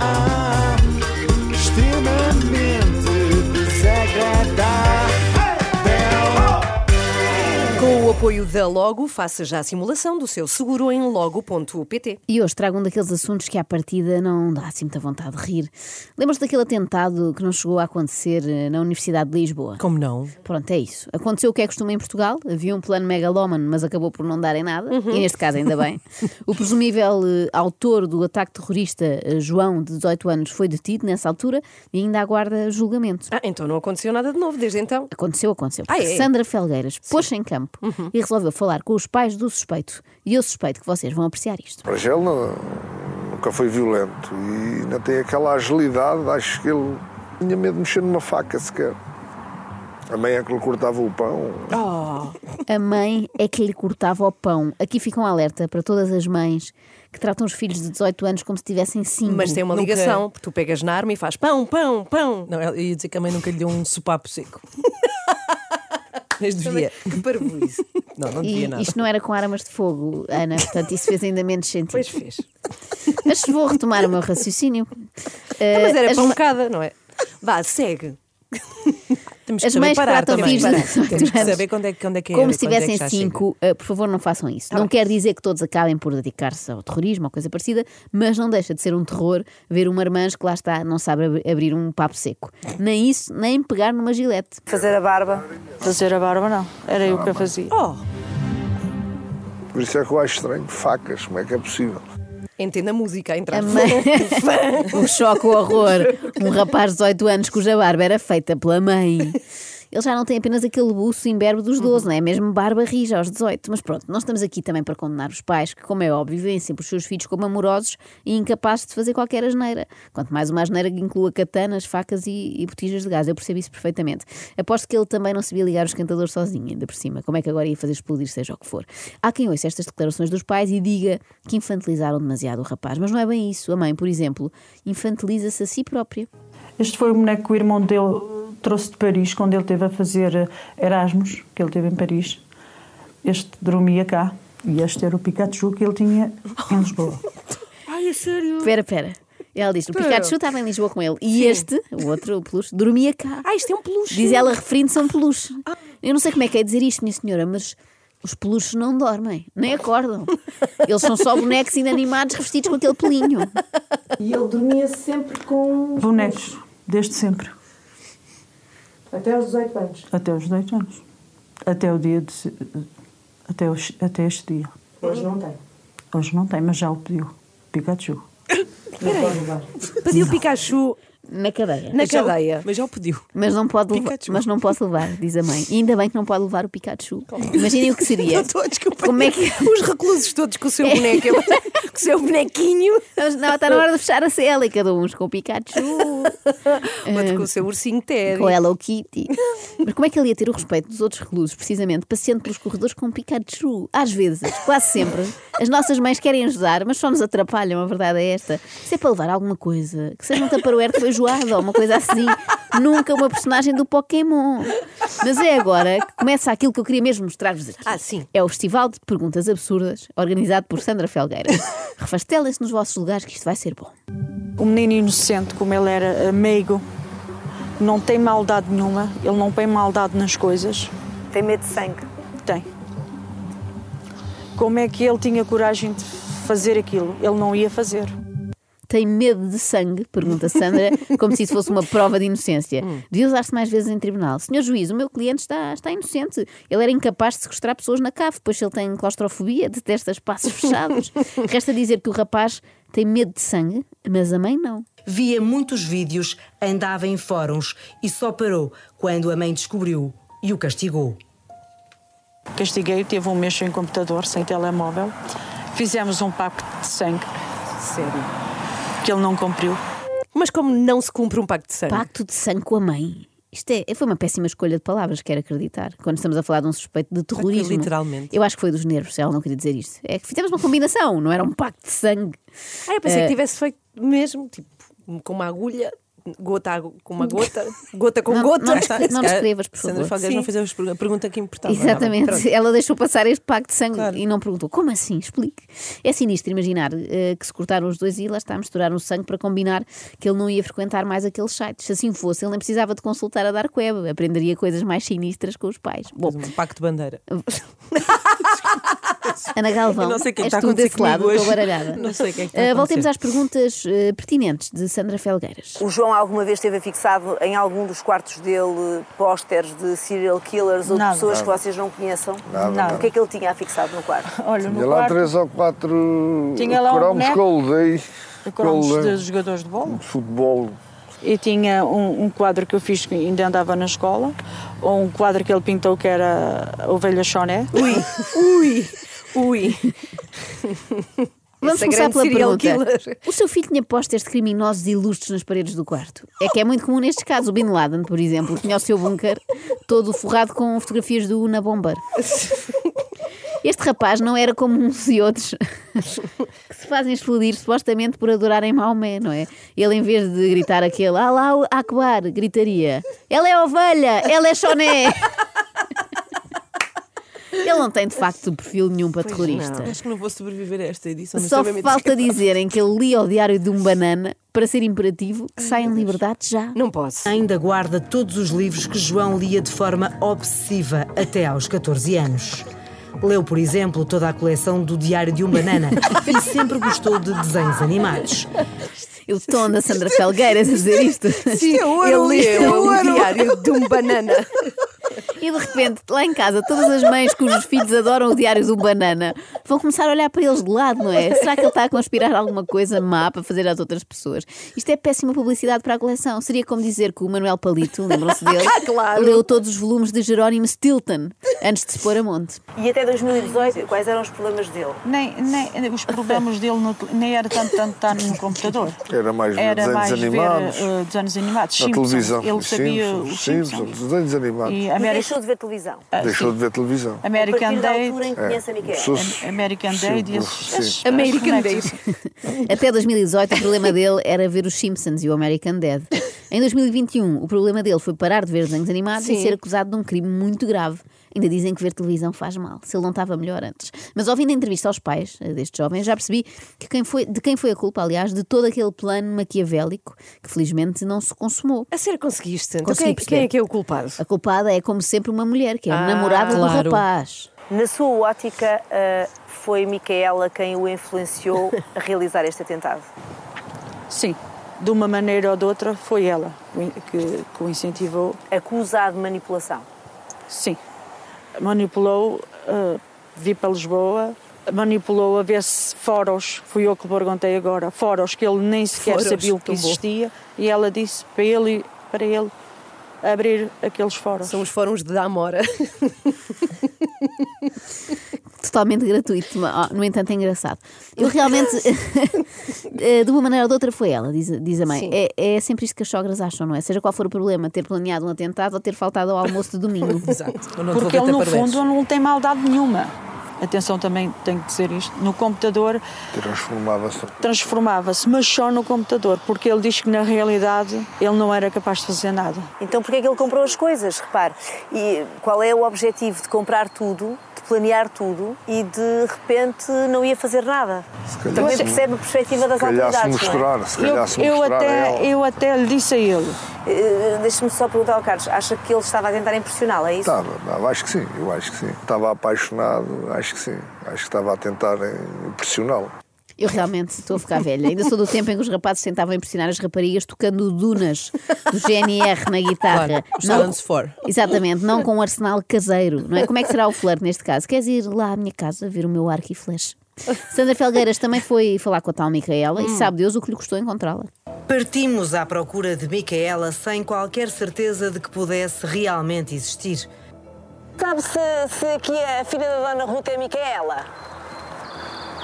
Ah, extremamente desagradável. Com o apoio da Logo, faça já a simulação do seu seguro em logo.pt. E hoje trago um daqueles assuntos que à partida não dá assim muita vontade de rir. Lembras-te daquele atentado que não chegou a acontecer eh, na Universidade de Lisboa? Como não? Pronto, é isso. Aconteceu o que é costume em Portugal. Havia um plano megalómano, mas acabou por não dar em nada. Uhum. E neste caso, ainda bem. o presumível eh, autor do ataque terrorista, eh, João, de 18 anos, foi detido nessa altura e ainda aguarda julgamento. Ah, então não aconteceu nada de novo desde então. Aconteceu, aconteceu. Ah, é? Uhum. Sandra Felgueiras pôs-se em campo e resolveu falar com os pais do suspeito. E eu suspeito que vocês vão apreciar isto. Para já ele não- nunca foi violento e ainda tem aquela agilidade, acho que ele tinha medo de mexer numa faca sequer. A mãe é que lhe cortava o pão. Ah, A mãe é que lhe cortava o pão. Aqui fica um alerta para todas as mães que tratam os filhos de 18 anos como se tivessem 5. Mas tem uma Nunca. ligação, porque tu pegas na arma e faz pão, pão, pão. Não, eu ia dizer que a mãe nunca lhe deu um sopapo seco. Mas devia. Que parvoíce. Não, não E devia nada. isto não era com armas de fogo, Ana, portanto isso fez ainda menos sentido. Pois fez. Então, Mas vou retomar o meu raciocínio. Eh, Mas era as pão cada, não é? Vá, segue. Temos as mães que parar tratam também. filhos de Temos que 18 saber quando é, que- quando é que é. Como se quando é que tivessem já chega. Tá cinco, eh, por favor, não façam isso. não quer dizer que todos acabem por dedicar-se ao terrorismo ou coisa parecida, mas não deixa de ser um terror ver uma irmã que lá está, não sabe ab- abrir um papo seco. Nem isso, nem pegar numa gilete. Fazer a barba? Fazer a barba não. Era eu que a fazia. Oh, Por isso é que eu acho estranho. Facas, como é que é possível? entenda a música, entra A mãe- o choque, o horror. Um rapaz de 18 anos cuja barba era feita pela mãe. Ele já não tem apenas aquele buço imberbe dos 12, não é? Mesmo barba rija aos 18. Mas pronto, nós estamos aqui também para condenar os pais que, como é óbvio, veem sempre os seus filhos como amorosos e incapazes de fazer qualquer asneira. Quanto mais uma asneira que inclua katanas, facas e, e botijas de gás. Eu percebi isso perfeitamente. Aposto que ele também não sabia ligar os cantadores sozinho, ainda por cima. Como é que agora ia fazer explodir, seja o que for? Há quem ouça estas declarações dos pais e diga que infantilizaram demasiado o rapaz. Mas não é bem isso. A mãe, por exemplo, infantiliza-se a si própria. Este foi o boneco que o irmão dele trouxe de Paris, quando ele teve a fazer eh, Erasmus, que ele teve em Paris. Este dormia cá. E este era o Pikachu que ele tinha em Lisboa. Pera, pera. Ela diz: o Pikachu estava em Lisboa com ele. E este, o outro, o peluche, dormia cá. Ah, isto é um peluche. Diz ela, referindo-se a um peluche. Eu não sei como é que é dizer isto, minha senhora, mas os peluches não dormem, nem acordam. Eles são só bonecos inanimados revestidos com aquele pelinho. E ele dormia sempre com. Bonecos, desde sempre, Até aos 18 anos. até aos 18 anos. Até o dia de. se- eh, Até, os- até este dia. Hoje não tem. Hoje não tem, mas já o pediu. Pikachu. Não pode levar. Pediu Pikachu Na cadeia. na Já o- cadeia. Mas já o pediu. Mas não, pode levar, Pikachu. mas não posso levar, diz a mãe. E ainda bem que não pode levar o Pikachu. Imaginem o que seria. Como é que. Os reclusos todos com o seu boneco, com o seu bonequinho, Não, está na hora de fechar a cela e cada um uns com o Pikachu. outro com o seu ursinho Teddy. É. Com a Hello Kitty. Mas como é que ele ia ter o respeito dos outros reclusos, precisamente, passeando pelos corredores com um Pikachu? Às vezes, quase sempre, as nossas mães querem ajudar, mas só nos atrapalham, a verdade é esta. Se é para levar alguma coisa, que seja um taparoeiro que foi joado ou uma coisa assim, nunca uma personagem do Pokémon. Mas é agora que começa aquilo que eu queria mesmo mostrar-vos aqui. Ah, sim. É o Festival de Perguntas Absurdas, organizado por Sandra Felgueira. Refastelem-se nos vossos lugares que isto vai ser bom. O menino inocente, como ele era eh, meigo, não tem maldade nenhuma, ele não tem maldade nas coisas. Tem medo de sangue. Tem. Como é que ele tinha coragem de fazer aquilo? Ele não ia fazer. Tem medo de sangue? Pergunta Sandra, como se isso fosse uma prova de inocência. Devia usar-se mais vezes em tribunal. Senhor juiz, o meu cliente está, está inocente. Ele era incapaz de sequestrar pessoas na cave, pois ele tem claustrofobia, detesta espaços fechados. Resta dizer que o rapaz tem medo de sangue, mas a mãe não. Via muitos vídeos, andava em fóruns e só parou quando a mãe descobriu e o castigou. Castiguei-o, teve um mês sem computador, sem telemóvel. Fizemos um pacto de sangue. Sério? Que ele não cumpriu. Mas como não se cumpre um pacto de sangue? Pacto de sangue com a mãe. Isto é, foi uma péssima escolha de palavras, quero acreditar. Quando estamos a falar de um suspeito de terrorismo. literalmente. Eu acho que foi dos nervos, ela não queria dizer isto. É que fizemos uma combinação, não era um pacto de sangue. Ah, eu pensei Eh, que tivesse feito mesmo, tipo, com uma agulha. gota a- com uma gota, gota com Não- gota. não- Cá está, não se me calhar, escrevas, por Sandra favor. Falgueiras Sim. não fez a pers- a pergunta que importava. é? Exatamente, Tá bem, ela deixou passar este pacto de sangue Claro. e não perguntou como assim? Explique. É sinistro imaginar eh, que se cortaram os dois e lá está, misturaram o sangue para combinar que ele não ia frequentar mais aqueles sites. Se assim fosse, ele nem precisava de consultar a Dark Web, aprenderia coisas mais sinistras com os pais. Bom, pronto. Um pacto de bandeira. Ana Galvão, Eu não sei quem és está a tu acontecer desse lado, comigo estou hoje. baralhada. Não sei quem é que está a Eh, voltemos acontecer. às perguntas eh, pertinentes de Sandra Felgueiras. O João alguma vez esteve fixado em algum dos quartos dele pósteres de serial killers ou Nada. de pessoas que vocês não conheçam? Nada, nada. O que é que ele tinha fixado no quarto? Olha, Tinha no lá quarto, três ou quatro Tinha lá um cromos que eu dei. cromos que eu dei. de jogadores de bola. De futebol. E tinha um, um quadro que eu fiz que ainda andava na escola, ou um quadro que ele pintou que era a Ovelha Choné. Ui, ui. Vamos Essa começar grande pela serial pergunta. killer. O seu filho tinha postas de criminosos ilustres nas paredes do quarto. É que é muito comum nestes casos. O Bin Laden, por exemplo, tinha o seu bunker todo forrado com fotografias do Una Bomber. Este rapaz não era como uns e outros que se fazem explodir supostamente por adorarem Maomé, não é? Ele, em vez de gritar aquele Alá Akbar, gritaria: Ela é ovelha, ela é choné. Ele não tem de facto perfil nenhum para terrorista. Acho que não vou sobreviver a esta edição. mas Só também me falta dizerem que ele lia o diário de um banana para ser imperativo que saia em liberdade já. Não posso. Ainda guarda todos os livros que João lia de forma obsessiva até aos 14 anos. Leu, por exemplo, toda a coleção do Diário de um Banana e sempre gostou de desenhos animados. Eu tom da Sandra Felgueiras a dizer isto. Sim, ele leu o diário de um banana. E de repente, lá em casa, todas as mães cujos filhos adoram o diário de um banana vão começar a olhar para eles de lado, não é? Será que ele está a conspirar alguma coisa má para fazer às outras pessoas? Isto é péssima publicidade para a coleção. Seria como dizer que o Manuel Palito, lembram-se dele, Claro. leu todos os volumes de Jerónimo Stilton antes de se pôr a monte. E até 2018, quais eram os problemas dele? Nem, nem- os problemas dele no tele- nem era tanto, tanto estar no computador. Era mais ver Era desenhos mais animados. ver eh, desenhos animados. Na Simpsons. televisão. Ele os sabia Simpsons, os Simpsons, Simpsons. desenhos animados. E E Ameri- deixou de ver televisão. ah, Deixou sim. de ver televisão. É. a American partir da altura Dad. em que conhece a Micaela. Pessoas- é American Sim, Dad. e sim. esses- esses- American esses- Até 2018, o problema dele era ver os Simpsons e o American Dad. Em 2021, o problema dele foi parar de ver desenhos animados e Sim. ser acusado de um crime muito grave. Ainda dizem que ver televisão faz mal, se ele não estava melhor antes. Mas ouvindo a entrevista aos pais eh, deste jovem, já percebi que quem foi, de quem foi a culpa, aliás, de todo aquele plano maquiavélico que felizmente não se consumou. A sério, conseguiste? Então, Consegui quem, perceber. quem é que é o culpado? A culpada é, como sempre, uma mulher, que é a Ah, namorada claro. do rapaz. Na sua ótica, ah, foi Micaela quem o influenciou a realizar este atentado? Sim, de uma maneira ou de outra foi ela que, que o incentivou. Acusado de manipulação. Sim, manipulou uh, vir para Lisboa, manipulou a ver se fóruns, fui eu que perguntei agora, fóruns que ele nem sequer Fóruns, sabia o que tão bom. existia e ela disse para ele, para ele abrir aqueles fóruns. São os fóruns de Amora. totalmente gratuito, mas, ah, no entanto é engraçado. Eu realmente, eh, de uma maneira ou de outra, foi ela, diz, diz a mãe. Sim. É, é sempre isto que as sogras acham, não é? Seja qual for o problema, ter planeado um atentado ou ter faltado ao almoço de domingo. Exato. Eu não te vou Porque ele, meter no parabéns. fundo, não tem maldade nenhuma. Atenção, também tenho que dizer isto. No computador Transformava-se. transformava-se, mas só no computador, porque ele diz que na realidade ele não era capaz de fazer nada. Então porquê é que ele comprou as coisas, repare? E qual é o objetivo de comprar tudo, de planear tudo e de repente não ia fazer nada? calhar Também se- percebe a perspectiva das Se calhar se autoridades, não é? mostrar, se Eu, calhar se eu mostrar a até, ela. eu até lhe disse a ele, Eh, Deixa-me só perguntar ao Carlos, acha que ele estava a tentar impressioná-la, é isso? Estava, estava, acho que sim, eu acho que sim. Estava apaixonado, acho que sim. Acho que estava a tentar impressioná-lo. Eu realmente estou a ficar velha. Ainda sou do tempo em que os rapazes tentavam impressionar as raparigas tocando o Dunas do GNR na guitarra. Claro, os Silence Four. Exatamente, não com um arsenal caseiro, não é? Como é que será o flirt neste caso? Queres ir lá à minha casa ver o meu arco e flecha? Sandra Felgueiras também foi falar com a tal Micaela e sabe Deus o que lhe custou encontrá-la. Partimos à procura de Micaela sem qualquer certeza de que pudesse realmente existir. Sabe se, se aqui a filha da Dona Ruth é Micaela?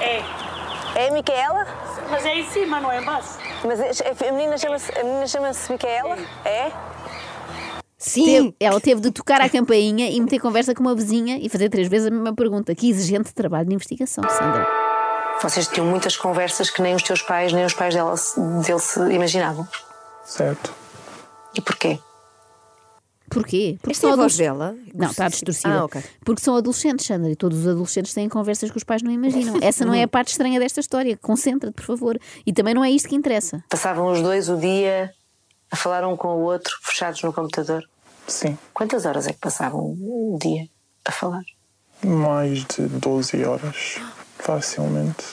É. É Micaela? Mas é em cima, não é embaixo? Mas é, a menina chama-se chama Micaela? É? Teve- Sim. ela teve de tocar à campainha e meter conversa com uma vizinha e fazer três vezes a mesma pergunta. Que exigente trabalho de investigação, Sandra. Vocês tinham muitas conversas que nem os teus pais, nem os pais dela, se- dele se imaginavam. Certo. E porquê? Porquê? Porque Esta é a voz adolesc- dela? Não, está distorcida. Ah, ok. Porque são adolescentes, Sandra, e todos os adolescentes têm conversas que os pais não imaginam. Essa não é Uhum. a parte estranha desta história. Concentra-te, por favor. E também não é isto que interessa. Passavam os dois o dia a falar um com o outro, fechados no computador. Sim, Quantas horas é que passavam o dia a falar? mais de 12 horas, facilmente.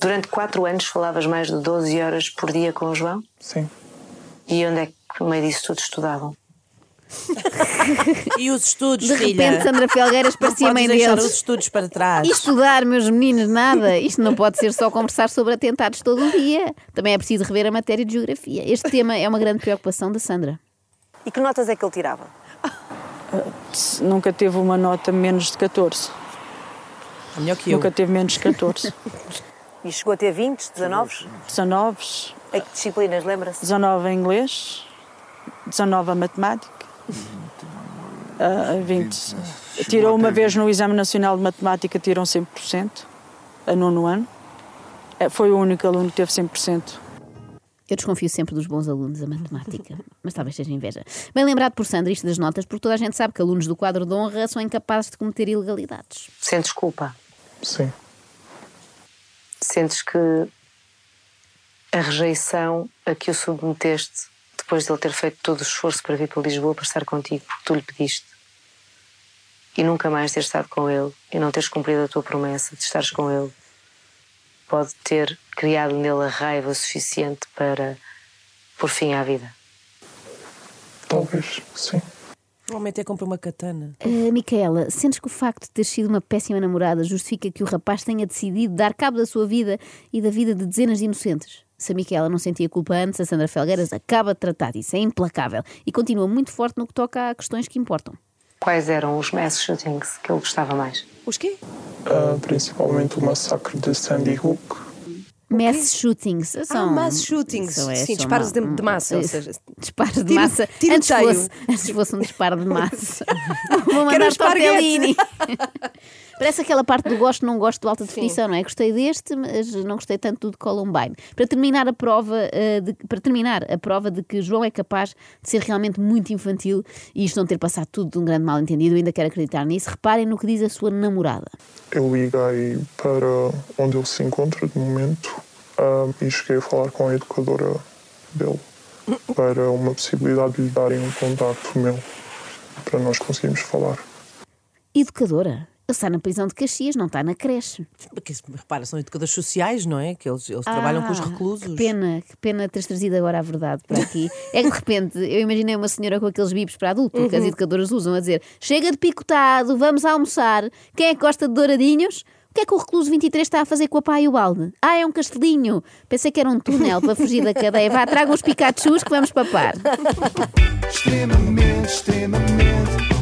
Durante quatro anos falavas mais de 12 horas por dia com o João? Sim. E onde é que no meio disso tudo estudavam? E os estudos, De filha? repente, Sandra Felgueiras Não parecia podes mãe deixar deles. os estudos para trás. E estudar, meus meninos, nada. Isto não pode ser só conversar sobre atentados todo o dia. Também é preciso rever a matéria de geografia. Este tema é uma grande preocupação da Sandra. E que notas é que ele tirava? Nunca teve uma nota menos de 14. É melhor que eu. Nunca teve menos de 14. E chegou a ter 20, 19? 19, A que disciplinas, lembra-se? 19 em inglês, 19 em matemática, ah, 20. Tirou uma vez no Exame Nacional de Matemática, tirou 100%, a nono ano. Eh, Foi o único aluno que teve 100%. Eu desconfio sempre dos bons alunos da matemática, mas talvez seja inveja. Bem lembrado por Sandra isto das notas, porque toda a gente sabe que alunos do quadro de honra são incapazes de cometer ilegalidades. Sentes culpa? Sim, Sentes que a rejeição a que o submeteste depois de ele ter feito todo o esforço para vir para Lisboa para estar contigo, porque tu lhe pediste, e nunca mais ter estado com ele, e não teres cumprido a tua promessa de estares com ele, pode ter criado nele a raiva suficiente para pôr fim à vida. talvez, sim. Normalmente é comprar uma katana. Ah, Micaela, sentes que o facto de ter sido uma péssima namorada justifica que o rapaz tenha decidido dar cabo da sua vida e da vida de dezenas de inocentes? Se a Micaela não sentia culpa antes, a Sandra Felgueiras acaba de tratar disso, é implacável e continua muito forte no que toca a questões que importam. Quais eram os mass shootings que ele gostava mais? Os quê? Ah, principalmente o massacre de Sandy Hook. Mass shootings. São, Ah, mass shootings. são- é Sim, são disparos de- de massa, ou isso. seja, é, disparos de tiro- massa. tiroteio. antes, fosse, antes fosse um disparo de massa. Vou Quero um mandar para o esparguete. Tellini. Parece aquela parte do gosto, não gosto de alta definição, não é? Gostei deste, mas não gostei tanto do de Columbine. Para terminar a prova, eh, de, para terminar a prova de que João é capaz de ser realmente muito infantil e isto não ter passado tudo de um grande mal-entendido, eu ainda quero acreditar nisso. Reparem no que diz a sua namorada. Eu liguei para onde ele se encontra de momento ah, e cheguei a falar com a educadora dele para uma possibilidade de lhe darem um contacto meu para nós conseguirmos falar. Educadora. Ele está na prisão de Caxias, não está na creche. Porque, repara, são educadores sociais, não é? Que eles, eles trabalham com os Ah, reclusos. Que pena, que pena teres trazido agora a verdade para aqui. é que de repente eu imaginei uma senhora com aqueles bips para adulto que as Uhum. educadoras usam a dizer: chega de picotado, vamos almoçar. Quem é que gosta de douradinhos? O que é que o recluso 23 está a fazer com a pá e o balde? Ah, é um castelinho. Pensei que era um túnel para fugir da cadeia. Vá, traga uns Pikachus que vamos papar. extremamente, Ah, extremamente.